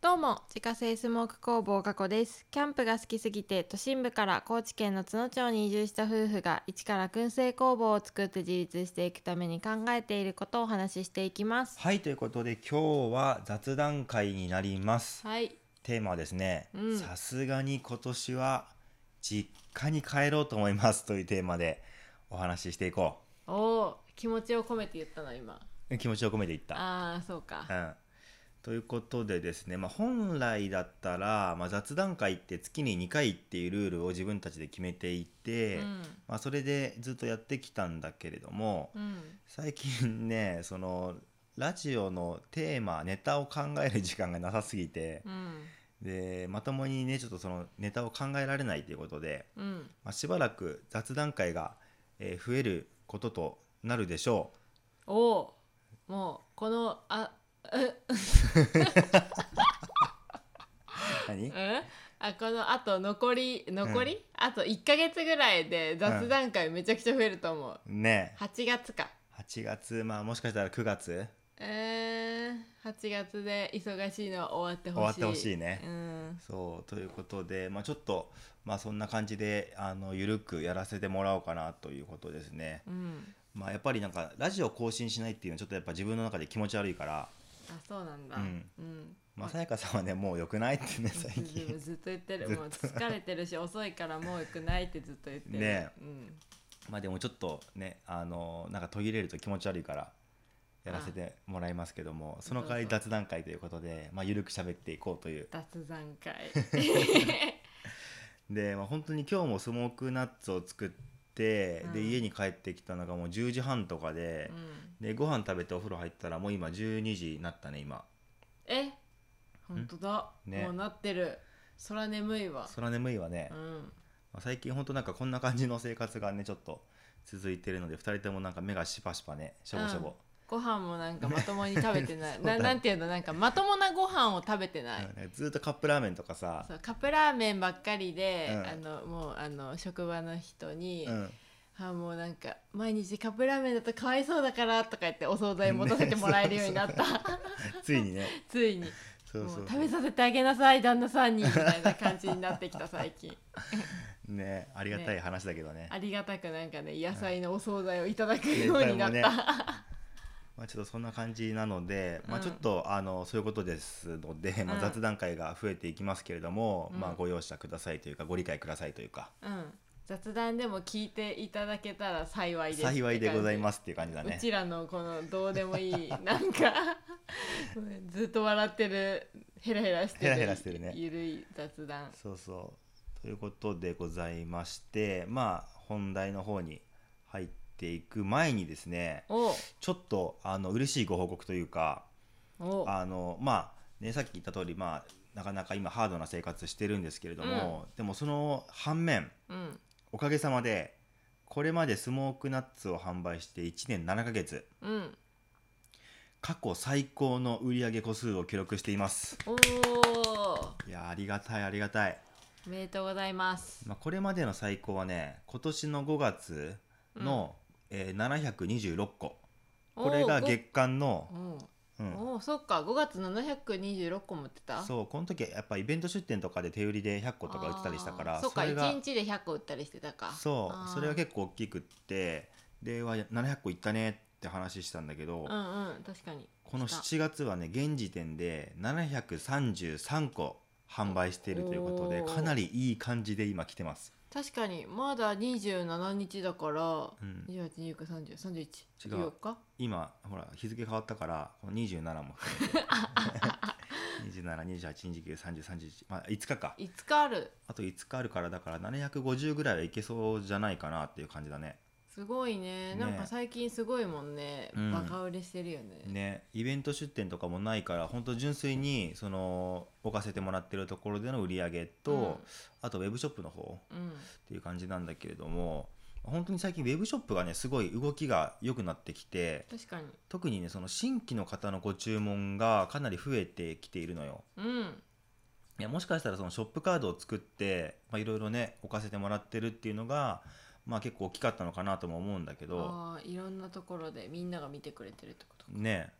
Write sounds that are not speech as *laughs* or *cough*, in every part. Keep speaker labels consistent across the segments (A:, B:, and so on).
A: どうも自家製スモーク工房加古ですキャンプが好きすぎて都心部から高知県の津野町に移住した夫婦が一から燻製工房を作って自立していくために考えていることをお話ししていきます
B: はいということで今日は雑談会になります
A: はい
B: テーマはですね
A: うん
B: さすがに今年は実家に帰ろうと思いますというテーマでお話ししていこ
A: おお気持ちを込めて言ったの今
B: う気持ちを込めていった、
A: ああそうか
B: うん、ということでですね、まあ、本来だったら、まあ、雑談会って月に2回っていうルールを自分たちで決めていて、
A: うん
B: まあ、それでずっとやってきたんだけれども、
A: うん
B: 最近ねそのラジオのテーマネタを考える時間がなさすぎて
A: う、ん
B: でまともにねちょっとそのネタを考えられないということで、
A: うん
B: まあ、しばらく雑談会が、えー増えることとなるでしょ
A: おおもうこのあ
B: う何
A: うんあこのあと残り残り、あと1ヶ月ぐらいで雑談会めちゃくちゃ増えると思う、
B: ね
A: 8月か
B: え8月まあもしかしたら9月
A: えー、8月で忙しいのは終わってほしい
B: 終わってほしいね
A: うん
B: そうということで、まあ、ちょっと、まあ、そんな感じであのゆるくやらせてもらおうかなということですね、
A: うん
B: まあ、やっぱりなんかラジオ更新しないっていうのはちょっとやっぱ自分の中で気持ち悪いから、
A: あそうなんだ
B: うん
A: うん
B: まあ、さやかさんはねもう良くないってね最
A: ず
B: 近
A: ずずっと言ってるもう疲れてるし遅いからもう行くないってずっと言ってる
B: ね
A: うん、
B: まあでもちょっとねあのなんか途切れると気持ち悪いからやらせてもらいますけどもその代わり
A: そう
B: 雑談会ということで、まあ、緩く喋っていこうという
A: 雑談
B: *laughs*
A: 会
B: で、まあ、本当に今日もスモークナッツを作って、
A: うん
B: で家に帰ってきたのがもう10時半とかで
A: う、ん
B: でご飯食べてお風呂入ったらもう今12時になったね今
A: え本当だ、
B: ね
A: もうなってるそら眠いわ
B: そら眠いわね、
A: うん
B: まあ最近本当なんかこんな感じの生活がねちょっと続いてるので2人ともなんか目がシパシパねしょぼしょぼ、
A: ご飯もなんかまともに食べてない、
B: *laughs* そうだ
A: な
B: ね
A: なんていうのなんかまともなご飯を食べてない、
B: うんなんかずーっとカップラーメンとかさ
A: そうカップラーメンばっかりで、
B: うん
A: あのもうあの職場の人に、
B: うん
A: あもうなんか毎日カップラーメンだとかわいそうだからとか言ってお惣菜持たせてもらえるように
B: *laughs*
A: なった、
B: ついにね
A: ついに
B: そうそう
A: もう食べさせてあげなさい旦那さんにみたいな感じになってきた最
B: *laughs*
A: 近
B: ねありがたい話だけどね
A: ありがたくなんかね野菜のお惣菜をいただく
B: ね
A: ようになった、
B: いっぱいもまあ、ちょっとそんな感じなので、まあ、
A: うん
B: ちょっとあのそういうことですので、ま
A: う
B: あ、
A: ん
B: 雑談会が増えていきますけれども、
A: うん
B: まあ、ご容赦くださいというかご理解くださいというか
A: うん、雑談でも聞いていただけたら幸いです、
B: 幸いでございますすっていう感じだ
A: う
B: ね
A: ちらのこのどうでもいいなんかずっと笑ってるヘラヘラしてる
B: ヘラヘラしてるね
A: ゆるい雑談
B: そうそうということでございましてまあ本題の方に入っていく前にですね
A: を
B: ちょっとあの嬉しいご報告というか
A: を
B: あのまあねさっき言った通りまあなかなか今ハードな生活してるんですけれども、でもその反面
A: うん
B: おかげさまでこれまでスモークナッツを販売して1年7ヶ月
A: うん
B: 過去最高の売上個数を記録しています
A: おお
B: いやありがたいありがたい、
A: おめでとうございます
B: まあ、これまでの最高はね今年の5月の、えー726個これが月間の
A: お、ー
B: う
A: ご
B: ん、
A: おーそっか5月726個も売ってたう
B: そうこの時やっぱイベント出店とかで手売りで100個とか売ってたりしたから
A: そっか
B: れが
A: 1日で100個売ったりしてたか
B: そ
A: あ
B: う
A: ー
B: それが結構大きくってでは700個いったねって話したんだけど、
A: うんうん確かに
B: この
A: した
B: 7月はね現時点で733個販売しているということで
A: おー
B: かなりいい感じで今来てます、
A: 確かにまだ27日だから
B: うん、
A: 28、29、30、31、
B: 違う
A: 14日
B: 今ほら日付変わったからこの27も
A: *laughs*
B: 含めて2728293031まあ5日か
A: 5日ある
B: あと5日あるからだから750ぐらいはいけそうじゃないかなっていう感じだね
A: すごいねなんか
B: ね
A: 最近すごいもんね
B: うん
A: バカ売れしてるよね
B: ねイベント出店とかもないから本当純粋にその置かせてもらってるところでの売り上げと、あとウェブショップの方
A: うん、うん
B: っていう感じなんだけれども本当に最近ウェブショップがねすごい動きが良くなってきて
A: 確かに
B: 特にねその新規の方のご注文がかなり増えてきているのよ
A: うん
B: いやもしかしたらそのショップカードを作ってまあいろいろね置かせてもらってるっていうのがまあ結構大きかったのかなとも思うんだけど
A: あーいろんなところでみんなが見てくれてるってことか
B: ね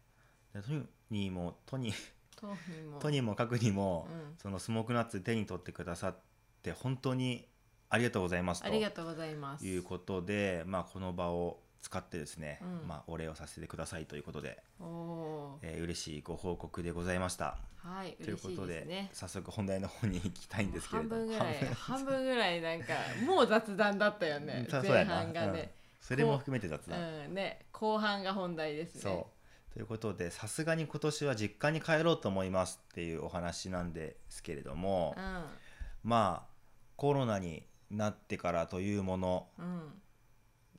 B: えでとにもうとに
A: とにも
B: とにもかくにも、
A: うん
B: そのスモークナッツ手に取ってくださって本当にありがとうございます
A: ありがとうございます
B: ということで、まあ、この場を使ってですね、
A: うん
B: まあ、お礼をさせてくださいということで、
A: おー
B: えー嬉しいご報告でございました。
A: はい
B: という
A: 嬉
B: こ
A: しい
B: と
A: で
B: で、
A: すね
B: 早速本題の方に行きたいんですけれ
A: 半
B: ど
A: 分ぐらい
B: 半分
A: 半分ぐらいなんかもう雑談だったよね
B: *laughs* そうそう
A: 前
B: やな
A: 半がね、
B: それも含めて雑
A: う
B: 談、
A: ん、ね後半が本題ですね
B: そうということでさすがに今年は実家に帰ろうと思いますっていうお話なんですけれども、
A: ん
B: まあコロナになってからというもの
A: うん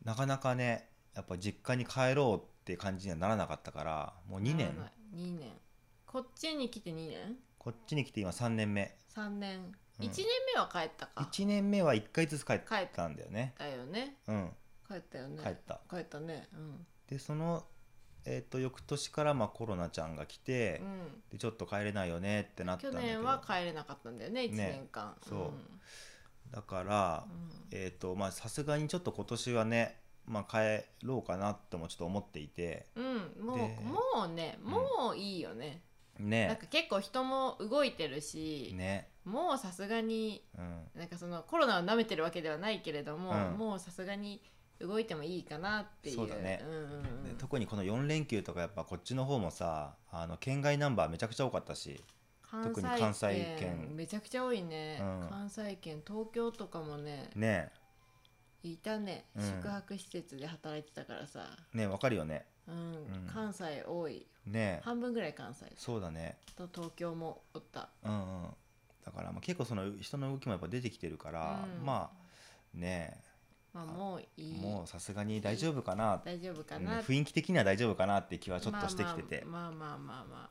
B: なかなかねやっぱ実家に帰ろうって感じにはならなかったからもう2年
A: 2年こっちに来て2年
B: こっちに来て今3年目
A: 3年、
B: うん
A: 一1年目は帰ったか
B: 1年目は1回ずつ帰っ
A: 帰った
B: んだよね
A: だよね
B: うん
A: 帰ったよね
B: 帰った
A: 帰ったねうん、
B: でそのえっ、と翌年からまあコロナちゃんが来て、
A: うん、
B: でちょっと帰れないよねってなった
A: 去
B: んだけ
A: 年
B: ど
A: は帰れなかったんだよね1
B: ね
A: 年間、
B: そうだから
A: うん、うん
B: えっ、とまあさすがにちょっと今年はねまあ帰ろうかなともちょっと思っていて
A: うん、もう
B: で
A: もうね
B: うん
A: もういいよね、なん
B: ね
A: か結構人も動いてるし、
B: ね
A: もうさすがに
B: うん
A: なんかそのコロナを舐めてるわけではないけれども、
B: うん
A: もうさすがに動いてもいいかなっていう
B: そうだね
A: うんうん
B: で
A: うん、
B: 特にこの4連休とかやっぱこっちの方もさあの県外ナンバーめちゃくちゃ多かったし特に関西圏
A: めちゃくちゃ多いね、
B: うん
A: 関西圏東京とかもね
B: ね
A: いたね、
B: うん
A: 宿泊施設で働いてたからさ、
B: ねわかるよね
A: うん
B: ん
A: 関西多い
B: ね
A: 半分ぐらい関西
B: そうだね
A: と東京もおった
B: うんうんだからまあ結構その人の動きもやっぱ出てきてるから、
A: うん
B: まあね
A: まあもういい
B: もうさすがに大丈夫かな
A: 大丈夫か
B: うん
A: な、
B: 雰囲気的には大丈夫かなって気はちょっとしてきてて、
A: まあまあまあまあまあ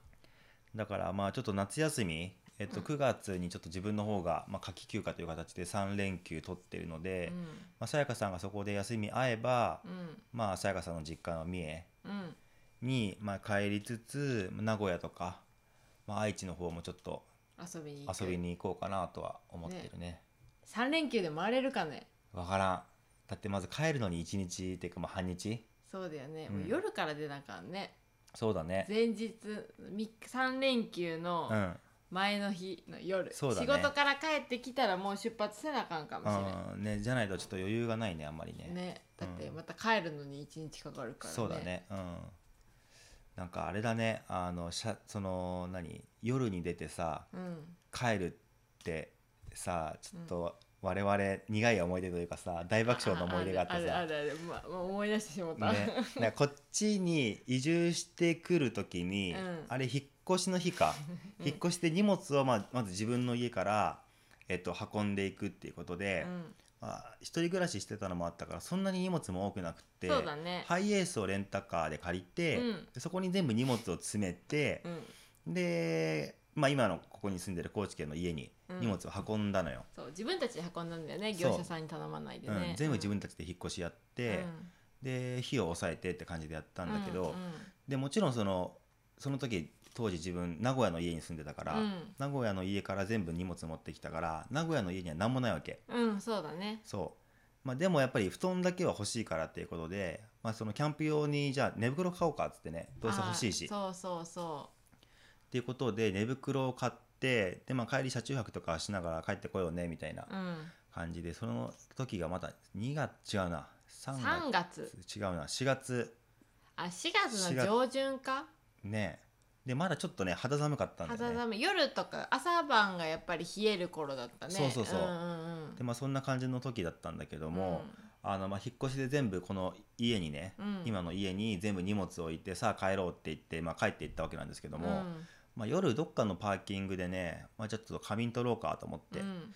B: だからまあちょっと夏休み、えっと、
A: うん
B: 9月にちょっと自分の方が、まあ、夏季休暇という形で3連休取ってるので、まあ、さやかさんがそこで休み合えば、
A: うんうん
B: まあ、さやかさんの実家の三重
A: うん
B: に、まあ、帰りつつ名古屋とか、まあ、愛知の方もちょっと
A: 遊びに行く
B: 遊びに行こうかなとは思ってるね
A: 3連休で回れるかね
B: わからんだってまず帰るのに1日っていうかまあ半日
A: そうだよね、
B: うん
A: もう夜から出なあかんね
B: そうだね
A: 前日3連休の
B: うん、
A: 前の日の夜、
B: そうだ
A: 仕
B: ね
A: 事から帰ってきたらもう出発せなあかんかもしれない
B: うんね、じゃないとちょっと余裕がないねあんまりね
A: ね、だって
B: うん
A: また帰るのに1日かかるからね
B: そうだねうんなんかあれだねあのしゃその何夜に出てさ
A: うん
B: 帰るってさちょっと我々苦い思い出というかさ大爆笑の思い出があって
A: る
B: さ
A: あるあるあるまあもう思い出してしまった、
B: ね、 *laughs* なんかこっちに移住してくる時に、
A: うん
B: あれ引っ越しの
A: *laughs*
B: 日か
A: うん
B: 引っ越して荷物を、まあ、まず自分の家から、えっと、運んでいくっていうこ
A: *laughs*
B: と
A: う
B: で、
A: ん、
B: まあ、一人暮らししてたのもあったからそんなに荷物も多くなくて、
A: そうだね
B: ハイエースをレンタカーで借りて、
A: うん
B: そこに全部荷物を詰めて
A: う、ん
B: で、まあ、今のここに住んでる高知県の家に
A: うん
B: 荷物を運んだのよ。
A: そう自分たちで運んだんだよね
B: そう
A: 業者さんに頼まないで
B: うん
A: ね、
B: 全部自分たちで引っ越しやって、で費用を抑えてって感じでやった
A: なん
B: だけど、でもちろんそのその時当時自分名古屋の家に住んでたから、
A: うん
B: 名古屋の家から全部荷物持ってきたから名古屋の家には何もないわけ
A: うん、うん、そうだね
B: そう、まあ、でもやっぱり布団だけは欲しいからっていうことで、まあ、そのキャンプ用にじゃあ寝袋買おうかっつってねどうせ欲しいし
A: あ
B: っ
A: ーそうそうそ
B: ていうことで寝袋を買ってで、まあ、帰り車中泊とかしながら帰ってこようねみたいな
A: う、うん、
B: 感じでその時がまだ2月違うな3
A: 3月
B: 月違うな4月
A: あ4月の上旬か
B: ねでまだちょっとね肌寒かったんだよね
A: 肌寒い夜とか朝晩がやっぱり冷える頃だったね
B: そうそうそう
A: うんうんうん
B: でまあそんな感じの時だったんだけども、あのまあ引っ越しで全部この家にね、
A: うん
B: 今の家に全部荷物を置いてさあ帰ろうって言って、まあ、帰っていったわけなんですけど
A: うん
B: も、まあ、夜どっかのパーキングでね、まあ、ちょっと仮眠取ろうかと思って、
A: うん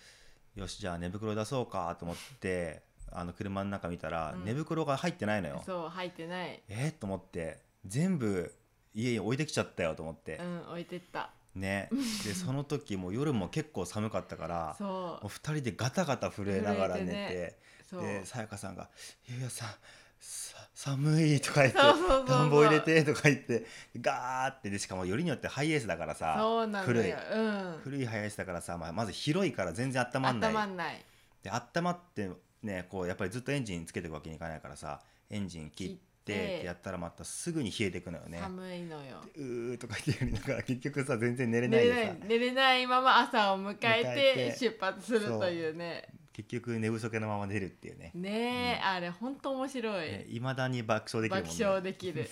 B: よしじゃあ寝袋出そうかと思ってあの車の中見たら
A: うん
B: 寝袋が入ってないのよ、
A: そう入ってない
B: えー、と思って全部家に置いてきちゃったよと思って
A: う、ん置いてった
B: ねでその時もう夜も結構寒かったから
A: *laughs* そ
B: もう2人でガタガタ震えながら寝て。
A: 震えてねうそう
B: でさやかさんが「ゆうやさんさ寒い」とか言って
A: そうそうそうそう
B: 「暖房入れて」とか言ってガーってでしかもよりによってハイエースだからさ
A: そうなの
B: 古い
A: ようん
B: 古いハイエースだからさ、まあ、まず広いから全然温まんない
A: 温まんない
B: で温まってねこうやっぱりずっとエンジンつけていくわけにいかないからさエンジン切っ
A: ええ
B: ててってやったらまたすぐに冷えてくのよね。
A: 寒いのよ
B: うーとか言ってやりながら結局さ全然寝れ
A: 寝
B: ない
A: れ
B: で
A: な
B: さ
A: い寝れないまま朝を迎えて
B: 迎えて
A: 出発するというね
B: 結局寝不足のまま出るっていうね。
A: ねえ、あれ本当面白い、
B: いまだに爆笑できるもんね。
A: 爆笑でき
B: *laughs*
A: る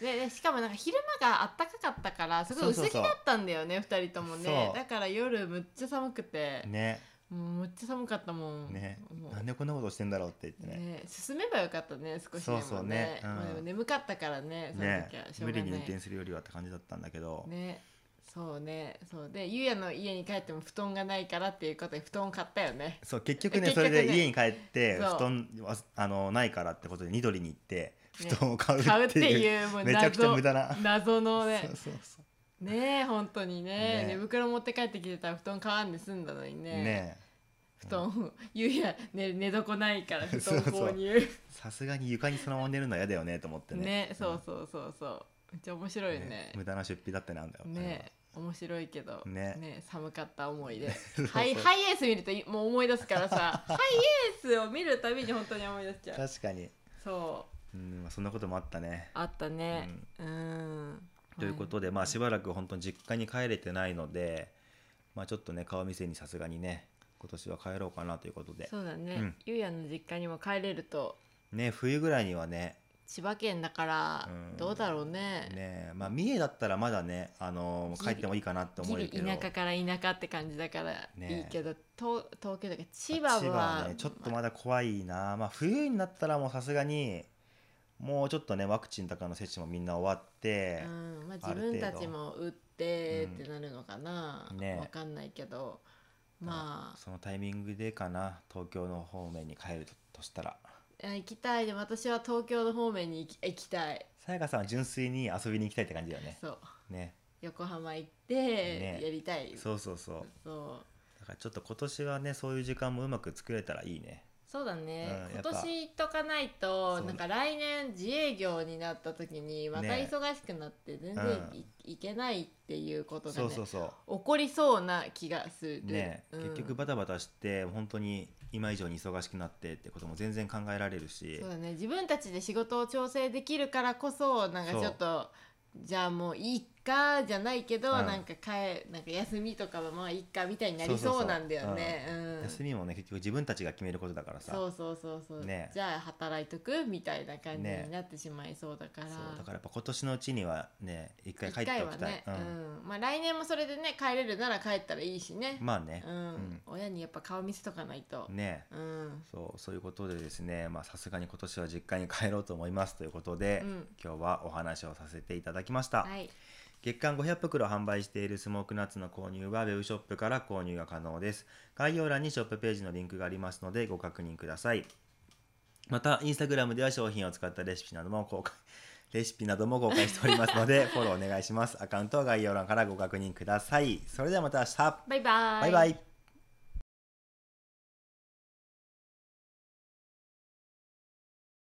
A: ででしかもなんか昼間があったかかったからすごい
B: そ
A: 薄
B: うそう
A: 着
B: そう
A: だったんだよね二人ともね
B: そう
A: だから夜むっちゃ寒くて、
B: ね
A: もうむっちゃ寒かったもん
B: ね
A: もう
B: なんでこんなことしてんだろうって言ってね。
A: ね進めばよかったね少しでもね
B: そうそうねうん
A: まあでも眠かったからねその
B: ね
A: 時はしょう
B: 無
A: がな
B: 理
A: い
B: に運転するよりはって感じだったんだけど、
A: ねそうねそうでゆうやの家に帰っても布団がないからっていうことで布団を買ったよね
B: そう結局ね
A: 結局ね
B: それで家に帰って
A: そう
B: 布団わあのないからってことでニトリに行って
A: ね
B: 布団を買う
A: 買うっ
B: って
A: て
B: い
A: い
B: う
A: うもう
B: *laughs* めちゃくちゃ
A: 謎
B: 無駄な。
A: 謎のね
B: *laughs* そうそうそう
A: ねえ本当にね
B: ね
A: 寝袋持って帰ってきてたら布団買わんで済んだのにね
B: ねえ
A: 布団ゆうや、ね、寝床ないから布団
B: *laughs* そうそう
A: 購入
B: さすがに床にそのまま寝るのは嫌だよねと思ってね
A: ねそうそうそうそうめっちゃ面白い
B: うん
A: ね
B: 無駄な出費だってなんだよ
A: ね面白いけど、
B: ね
A: 寒かった思いで
B: *laughs* そうそう
A: ハイ *laughs* ハイエース見るといもう思い出すからさハイエースを見るたびに本当に思い出しち
B: あれ
A: ゃう
B: は確かに、
A: そう
B: うんまあ、そんなこともあったね
A: あったねうん
B: ということで、まあ、しばらく本当に実家に帰れてないので、まあ、ちょっとね顔見せにさすがにね今年は帰ろうかなということで、
A: そうだね、
B: うん
A: ゆうやの実家にも帰れると
B: ね、冬ぐらいにはね
A: 千葉県だから
B: うん
A: どうだろうね,、
B: ね、まあ、三重だったらまだね、あの
A: ギリ
B: 帰ってもいいかなって思
A: ギ
B: え
A: リ
B: るけど
A: 田舎から田舎って感じだから
B: ね
A: いいけど、東東京とか千葉は
B: ね、ちょっとまだ怖いな、まあ、冬になったらもうさすがにもうちょっとねワクチンとかの接種もみんな終わって、
A: うんまあ、
B: あ
A: 自
B: る程
A: 分
B: 度
A: たちも打ってってなるのかな、わ
B: うんね
A: かんないけどま
B: そのタイミングでかな東京の方面に帰るととしたら
A: あ行きたいでも私は東京の方面に行き行きたい
B: さやかさんは純粋に遊びに行きたいって感じだよね
A: そう
B: ね
A: 横浜行っ
B: ね
A: てやりたい、
B: そうそうそう
A: そう
B: だからちょっと今年はねそういう時間もうまく作れたらいいね
A: そうだね、
B: うん
A: 今
B: やっぱ
A: 年行っとかないと
B: そう
A: なんか来年自営業になった時にまた
B: ね
A: 忙しくなって全然
B: うん
A: い,、けないっていうことが
B: そ
A: ね
B: うそうそう
A: 起こりそうな気がする、
B: ね、
A: うん
B: 結局バタバタして本当に今以上に忙しくなってってことも全然考えられるし
A: そうだね自分たちで仕事を調整できるからこそなんかち
B: そう
A: ょっとじゃあもういいかじゃないけど、
B: うん
A: なんかかえなんか休みとかはまあいいかみたいになりそうなんだよねうん
B: 休みもね結局自分たちが決めることだからさ
A: そうそうそうそう、
B: ね
A: じゃあ働いとくみたいな感じ
B: ね
A: になってしまいそうだから、
B: そうだからやっぱ今年のうちにはね一回帰
A: 一
B: って
A: 回
B: お
A: は
B: きたい、
A: ね、う
B: うん
A: んまあ、来年もそれでね帰れるなら帰ったらいいしね、
B: まあね
A: う、ん親にやっぱ顔見せとかないと、
B: ね
A: うん
B: そうそういうことでですねまあさすがに今年は実家に帰ろうと思いますということで、
A: うん
B: 今日はお話をさせていただきました、
A: はい、
B: 月間500袋販売しているスモークナッツの購入はウェブショップから購入が可能です概要欄にショップページのリンクがありますのでご確認くださいまたインスタグラムでは商品を使ったレシピなども公開レシピなども公開しておりますのでフォローお願いしますアカウントは概要欄からご確認くださいそれではまた明日
A: バイバイ
B: バイバイ